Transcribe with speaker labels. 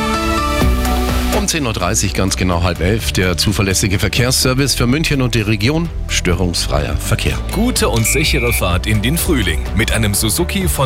Speaker 1: 19.30 Um Uhr, ganz genau halb elf, der zuverlässige Verkehrsservice für München und die Region. Störungsfreier Verkehr.
Speaker 2: Gute und sichere Fahrt in den Frühling mit einem Suzuki von